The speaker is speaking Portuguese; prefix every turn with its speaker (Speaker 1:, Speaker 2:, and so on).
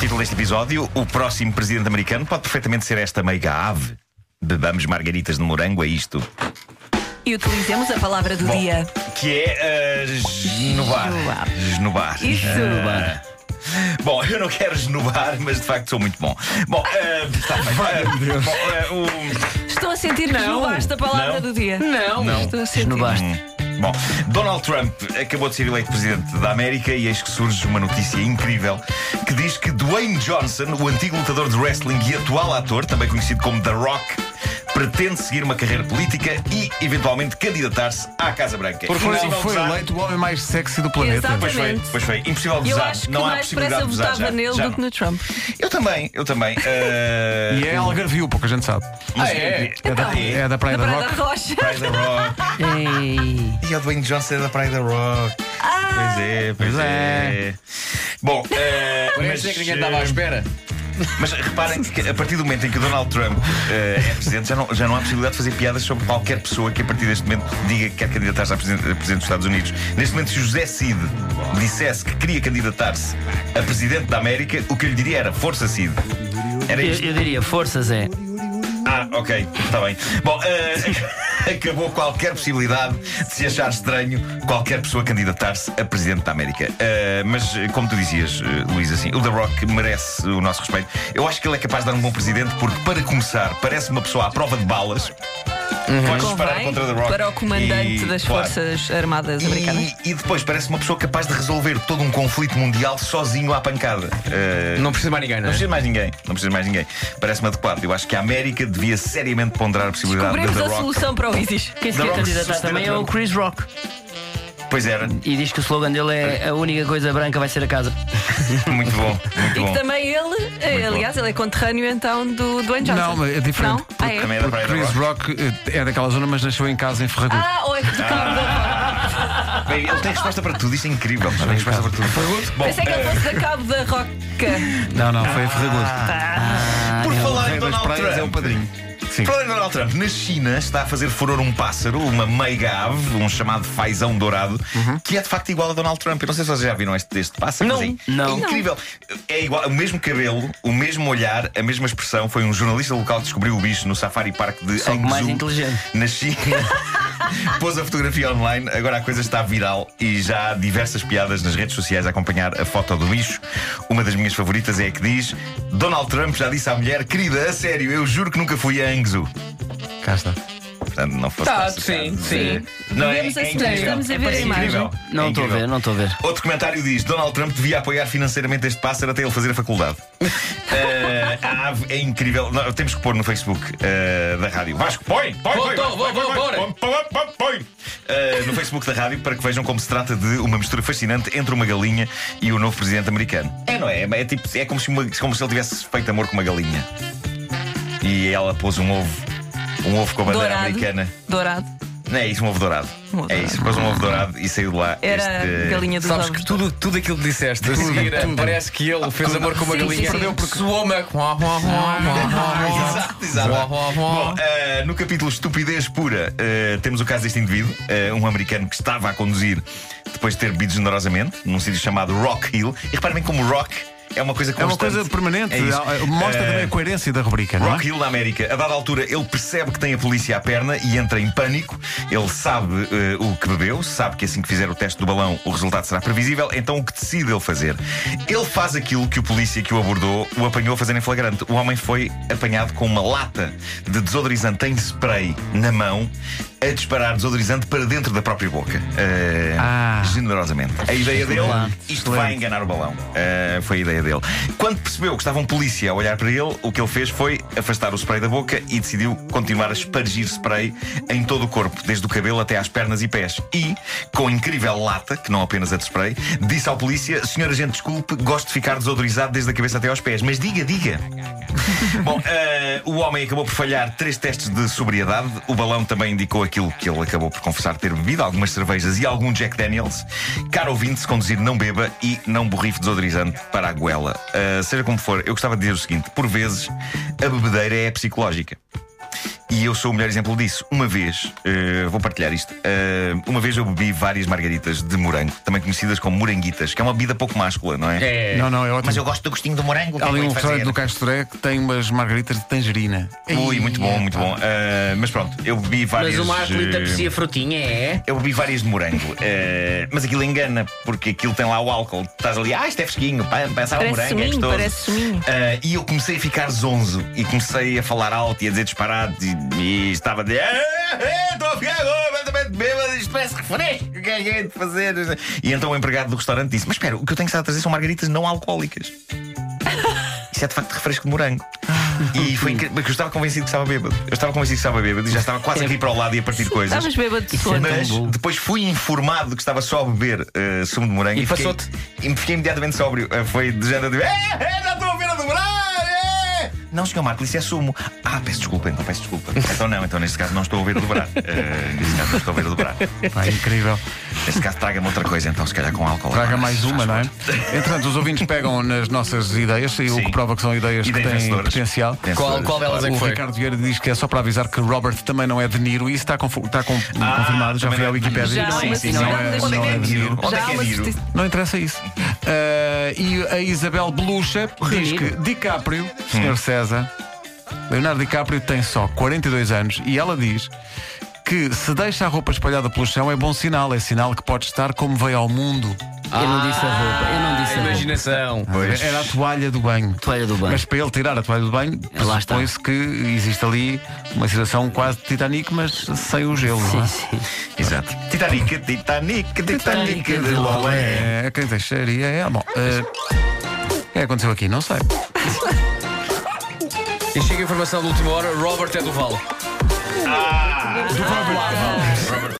Speaker 1: título deste episódio, o próximo presidente americano pode perfeitamente ser esta meiga ave. Bebamos margaritas de morango, é isto.
Speaker 2: E utilizemos a palavra do
Speaker 1: Bom,
Speaker 2: dia.
Speaker 1: Que é uh, esnobar.
Speaker 2: Esnobar.
Speaker 1: Esnobar.
Speaker 2: Isso.
Speaker 1: Ah. Bom, eu não quero esnobar, mas de facto sou muito bom. Bom, ah, tá bem. Ah, bom, ah, o-
Speaker 2: Estou a sentir que esnovaste a palavra
Speaker 1: Não.
Speaker 2: do dia.
Speaker 3: Não,
Speaker 1: Não.
Speaker 3: estou a sentir.
Speaker 1: hum, bom, Donald Trump acabou de ser eleito presidente da América e eis que surge uma notícia incrível que diz que Dwayne Johnson, o antigo lutador de wrestling e atual ator, também conhecido como The Rock, pretende seguir uma carreira política e eventualmente candidatar-se à Casa Branca.
Speaker 4: Porque
Speaker 1: Impossível
Speaker 4: foi
Speaker 1: gozar-
Speaker 4: eleito o homem mais sexy do planeta.
Speaker 2: Exato.
Speaker 1: Pois foi,
Speaker 2: Exatamente.
Speaker 1: pois foi. Impossível de
Speaker 2: Eu
Speaker 1: usar.
Speaker 2: acho que
Speaker 1: não há
Speaker 2: mais
Speaker 1: possibilidade
Speaker 2: pressa
Speaker 1: de usar.
Speaker 2: votava
Speaker 1: Já,
Speaker 2: nele
Speaker 1: já
Speaker 2: do que
Speaker 1: não.
Speaker 2: no Trump.
Speaker 1: Eu também, eu também. Eh,
Speaker 4: E é Algarvio, pouca gente sabe.
Speaker 1: mas-
Speaker 3: é?
Speaker 4: É da, é da Praia
Speaker 2: Na
Speaker 4: da
Speaker 2: Praia da
Speaker 4: Rock.
Speaker 2: Rocha.
Speaker 1: Praia da Rock. E é o Dwayne Johnson é da Praia da Rock.
Speaker 2: Ah!
Speaker 1: Pois é, pois
Speaker 4: Pois
Speaker 1: é.
Speaker 4: é.
Speaker 1: Bom, eh, mas,
Speaker 3: Parece que ninguém estava à
Speaker 1: eh,
Speaker 3: espera.
Speaker 1: mas reparem que a partir do momento em que o Donald Trump eh, é presidente, já não, já não há possibilidade de fazer piadas sobre qualquer pessoa que a partir deste momento diga que quer candidatar-se a presidente, a presidente dos Estados Unidos. Neste momento, se o José Cid dissesse que queria candidatar-se a presidente da América, o que eu lhe diria era força Cid. Era
Speaker 5: Eu,
Speaker 1: isto.
Speaker 5: eu diria, forças é.
Speaker 1: Ah, ok, está bem. Bom, eh, acabou qualquer possibilidade de se achar estranho qualquer pessoa candidatar-se a Presidente da América. Eh, mas, eh, como tu dizias, eh, Luís, assim, o The Rock merece o nosso respeito. Eu acho que ele é capaz de dar um bom Presidente, porque, para começar, parece uma pessoa à prova de balas. Podes disparar
Speaker 2: Convém
Speaker 1: contra The Rock.
Speaker 2: para o comandante
Speaker 1: e-
Speaker 2: das
Speaker 1: claro.
Speaker 2: Forças Armadas Americanas.
Speaker 1: E, e depois parece uma pessoa capaz de resolver todo um conflito mundial sozinho à pancada. Eh,
Speaker 3: Não precisa mais ninguém, não
Speaker 1: não
Speaker 3: é?
Speaker 1: precisa mais ninguém, não precisa mais ninguém. Parece-me adequado. Eu acho que a América devia seriamente ponderar a possibilidade de
Speaker 2: Descobrimos
Speaker 1: The
Speaker 2: a
Speaker 1: Rock.
Speaker 2: solução para o ISIS.
Speaker 5: Quem se
Speaker 1: The
Speaker 5: quer
Speaker 1: Rock
Speaker 5: candidatar
Speaker 1: suceder a
Speaker 5: também é o
Speaker 1: Trump.
Speaker 5: Chris Rock.
Speaker 1: Pois era,
Speaker 5: E diz que o slogan dele é a única coisa branca vai ser a casa.
Speaker 1: muito bom, muito
Speaker 2: E que
Speaker 1: bom.
Speaker 2: também ele, eh,
Speaker 1: bom.
Speaker 2: aliás, ele é conterrâneo então do Dwayne Johnson.
Speaker 4: Não, mas é diferente,
Speaker 2: Não? Ah, é?
Speaker 1: Também é da Praia da
Speaker 4: Chris
Speaker 1: Rock.
Speaker 4: Rock eh, é daquela zona, mas nasceu em casa em Ferragudo.
Speaker 2: Ah, ou é que tocava da Rocha.
Speaker 1: Bem, ele tem resposta para tudo, isto é incrível. Ele Tem resposta para tudo. Bom,
Speaker 2: Pensei que ele
Speaker 1: eh,
Speaker 2: fosse da Cabo da Roca.
Speaker 4: Não, não, foi em Ferragudo.
Speaker 1: por falar em
Speaker 4: Rei das
Speaker 1: Donald
Speaker 4: Praias
Speaker 1: Trump.
Speaker 4: é o padrinho. Sim.
Speaker 1: Falando em Donald Trump, na China está a fazer furor um pássaro, uma meiga ave, um chamado faisão dourado, que é de facto igual a Donald Trump. Eu não sei se vocês já viram este, este pássaro.
Speaker 5: Não,
Speaker 1: mas é-
Speaker 5: não.
Speaker 1: É incrível. É igual, o mesmo cabelo, o mesmo olhar, a mesma expressão. Foi um jornalista local que descobriu o bicho no Safari Park de
Speaker 5: Só que
Speaker 1: Hangzhou,
Speaker 5: mais inteligente.
Speaker 1: na China. Pôs a fotografia online, agora a coisa está viral e já há diversas piadas nas redes sociais a acompanhar a foto do bicho. Uma das minhas favoritas é a que diz: Donald Trump já disse à mulher, querida, a sério, eu juro que nunca fui a Hangzhou.
Speaker 4: Cá está.
Speaker 1: Portanto, não fosse
Speaker 3: Tá,
Speaker 1: esse o
Speaker 3: sim,
Speaker 1: caso de-
Speaker 3: sim.
Speaker 1: Não é,
Speaker 2: Vemos
Speaker 1: é
Speaker 2: assim,
Speaker 1: incrível.
Speaker 2: estamos a
Speaker 1: É
Speaker 2: ver a imagem.
Speaker 1: incrível. É
Speaker 5: Não estou a
Speaker 1: incrível.
Speaker 5: ver, não estou a ver.
Speaker 1: Outro comentário diz: Donald Trump devia apoiar financeiramente este pássaro até ele fazer a faculdade. Eh, a ave é incrível. Não, temos que pôr no Facebook eh, da rádio. Vasco, põe! Põe!
Speaker 3: Vou,
Speaker 1: põe,
Speaker 3: tô,
Speaker 1: Vasco,
Speaker 3: vou,
Speaker 1: põe,
Speaker 3: vou,
Speaker 1: põe,
Speaker 3: bora.
Speaker 1: põe, põe, põe, põe. Eh, no Facebook da rádio para que vejam como se trata de uma mistura fascinante entre uma galinha e o novo presidente americano. É, não é? É, tipo, é como, se uma- como se ele tivesse feito amor com uma galinha. E ela pôs um ovo. Um ovo com a bandeira
Speaker 2: Dourado.
Speaker 1: americana.
Speaker 2: Dourado.
Speaker 1: Não é isso, um ovo dourado.
Speaker 2: Um ovo
Speaker 1: é
Speaker 2: dourado.
Speaker 1: isso, pôs um ovo dourado e saiu de lá.
Speaker 2: Era
Speaker 1: este... eh,
Speaker 2: galinha dos
Speaker 3: Sabes
Speaker 2: ovos.
Speaker 3: que tudo, tudo aquilo que disseste, a seguir, parece que ele fez amor com uma
Speaker 2: Sim, sim,
Speaker 3: galinha.
Speaker 2: sim. Perdeu
Speaker 3: porque suou-me. a-
Speaker 1: Exato, exato.
Speaker 3: Uau, uau, uau.
Speaker 1: Bom, eh, no capítulo Estupidez Pura, eh, temos o caso deste indivíduo, eh, um americano que estava a conduzir depois de ter bebido generosamente, num sítio chamado Rock Hill. E reparem bem como rock é uma coisa
Speaker 4: É
Speaker 1: constante.
Speaker 4: uma coisa permanente.
Speaker 1: É isso.
Speaker 4: Ah, Mostra
Speaker 1: Eh,
Speaker 4: também a coerência da rubrica, não é?
Speaker 1: Rock Hill na América. A dada altura, ele percebe que tem a polícia à perna e entra em pânico. Ele sabe eh, o que bebeu, sabe que assim que fizer o teste do balão, o resultado será previsível. Então, o que decide ele fazer? Ele faz aquilo que o polícia que o abordou o apanhou a fazer em flagrante. O homem foi apanhado com uma lata de desodorizante em spray na mão, a disparar desodorizante para dentro da própria boca. Eh,
Speaker 4: Ah.
Speaker 1: Generosamente. A ideia dele,
Speaker 5: Claro.
Speaker 1: isto vai enganar o balão. Ah, foi a ideia dele. Quando percebeu que estava um polícia a olhar para ele, o que ele fez foi afastar o spray da boca e decidiu continuar a espargir spray em todo o corpo, desde o cabelo até às pernas e pés. E, com incrível lata, que não apenas é de spray, disse ao polícia: Senhor agente, desculpe, gosto de ficar desodorizado desde a cabeça até aos pés, mas diga, diga. Bom, eh, o homem acabou por falhar três testes de sobriedade. O balão também indicou aquilo que ele acabou por confessar ter bebido: algumas cervejas e algum Jack Daniels. Caro ouvinte, se conduzir, não beba e não borrife desodorizante para a goela. Eh, seja como for, eu gostava de dizer o seguinte: por vezes, a bebedeira é psicológica. E eu sou o melhor exemplo disso. Uma vez, eh, vou partilhar isto. eh, uma vez eu bebi várias margaritas de morango, também conhecidas como moranguitas, que é uma bebida pouco máscula, não é?
Speaker 3: É.
Speaker 4: Não, não, é ótimo.
Speaker 1: Mas eu gosto do gostinho do morango. o que é
Speaker 4: Há
Speaker 1: que eu
Speaker 4: ali um
Speaker 1: hei de
Speaker 4: restaurante
Speaker 1: fazer?
Speaker 4: do Castoré que tem umas margaritas de tangerina. É.
Speaker 1: Ui,
Speaker 4: Ei,
Speaker 1: muito bom, muito
Speaker 4: pá.
Speaker 1: bom. Eh, mas pronto, eu bebi várias.
Speaker 6: Mas o Marco
Speaker 1: eh,
Speaker 6: lhe aprecia frutinha, é?
Speaker 1: Eu bebi várias de morango, eh, mas aquilo engana, porque aquilo tem lá o álcool. Estás ali, ah, isto é fresquinho, pá, pensava
Speaker 2: Parece
Speaker 1: morango, é
Speaker 2: suminho,
Speaker 1: gostoso.
Speaker 2: parece suminho.
Speaker 1: Eh, e eu comecei a ficar zonzo e comecei a falar alto e a dizer disparado e, e estava de. "Ah, ah, Estou a ficar completamente bêbado, isto parece refresco, o que é que é de fazer? E então o empregado do restaurante disse: Mas espera, o que eu tenho que estar a trazer são margaritas não alcoólicas. Isso é de facto refresco de morango. E foi incrível, porque eu estava convencido que estava bêbado. Eu estava convencido que estava bêbado e já estava quase aqui para o lado e a partir coisas.
Speaker 2: Estavas bêbado de sono.
Speaker 1: Mas depois fui informado que estava só a beber eh, sumo de morango
Speaker 3: E
Speaker 1: fiquei-
Speaker 3: passou-te?
Speaker 1: E me fiquei imediatamente sóbrio. Eh, foi de género de. "Eh, eh, já estou a ver a dobrar! eh!" Não, senhor Marco, isso é sumo. Ah, peço desculpa, então peço desculpa. então não, então neste caso não estou a ver a dobrar. Eh, neste caso não estou a ver a dobrar.
Speaker 4: Pá, Ah, é incrível.
Speaker 1: Neste caso traga-me outra coisa, então se calhar com álcool.
Speaker 4: Traga
Speaker 1: agora,
Speaker 4: mais
Speaker 1: se faz
Speaker 4: uma, não é?
Speaker 1: favor.
Speaker 4: Entretanto, os ouvintes pegam nas nossas ideias, e o
Speaker 1: Sim.
Speaker 4: que prova que são ideias
Speaker 1: Ideias
Speaker 4: que têm
Speaker 1: vencedoras.
Speaker 4: potencial.
Speaker 3: Qual, qual delas é
Speaker 4: O
Speaker 3: que foi?
Speaker 4: Ricardo Vieira diz que é só para avisar que Robert também não é De Niro, e isso está, confo- está com-
Speaker 1: Ah,
Speaker 4: confirmado, já
Speaker 1: também
Speaker 4: fui à
Speaker 1: não é-
Speaker 4: Wikipédia.
Speaker 2: Já há
Speaker 1: Sim,
Speaker 2: uma
Speaker 1: sim, não
Speaker 2: certidão
Speaker 1: é-
Speaker 2: das
Speaker 1: não é
Speaker 2: coisas.
Speaker 1: dinheiro. Onde é que
Speaker 2: Já há
Speaker 1: é
Speaker 2: uma
Speaker 1: dinheiro?
Speaker 2: certidão.
Speaker 4: Não interessa isso. Ah, e a Isabel Belucha diz que DiCaprio, Sr. César, Leonardo DiCaprio tem só 42 anos e ela diz que se deixa a roupa espalhada pelo chão é bom sinal, é sinal que pode estar como veio ao mundo.
Speaker 5: Eu não disse a roupa, eu não
Speaker 1: Ah,
Speaker 3: A
Speaker 5: disse a roupa.
Speaker 3: imaginação.
Speaker 1: Pois.
Speaker 4: Era a toalha do banho.
Speaker 5: Toalha do banho. É,
Speaker 4: Mas para ele tirar a toalha do banho,
Speaker 5: Lá está.
Speaker 4: supõe-se que existe ali uma situação quase de Titanic, mas sem o gelo. não
Speaker 5: Sim,
Speaker 4: é?
Speaker 5: sim.
Speaker 1: Exato. Titanic, Titanic, Titanic de Lolé.
Speaker 4: É, quem deixaria é. Bom, eh, o que é que aconteceu aqui? Não sei.
Speaker 3: E chega a informação de última hora: Robert é do Vale.
Speaker 4: Do Robert.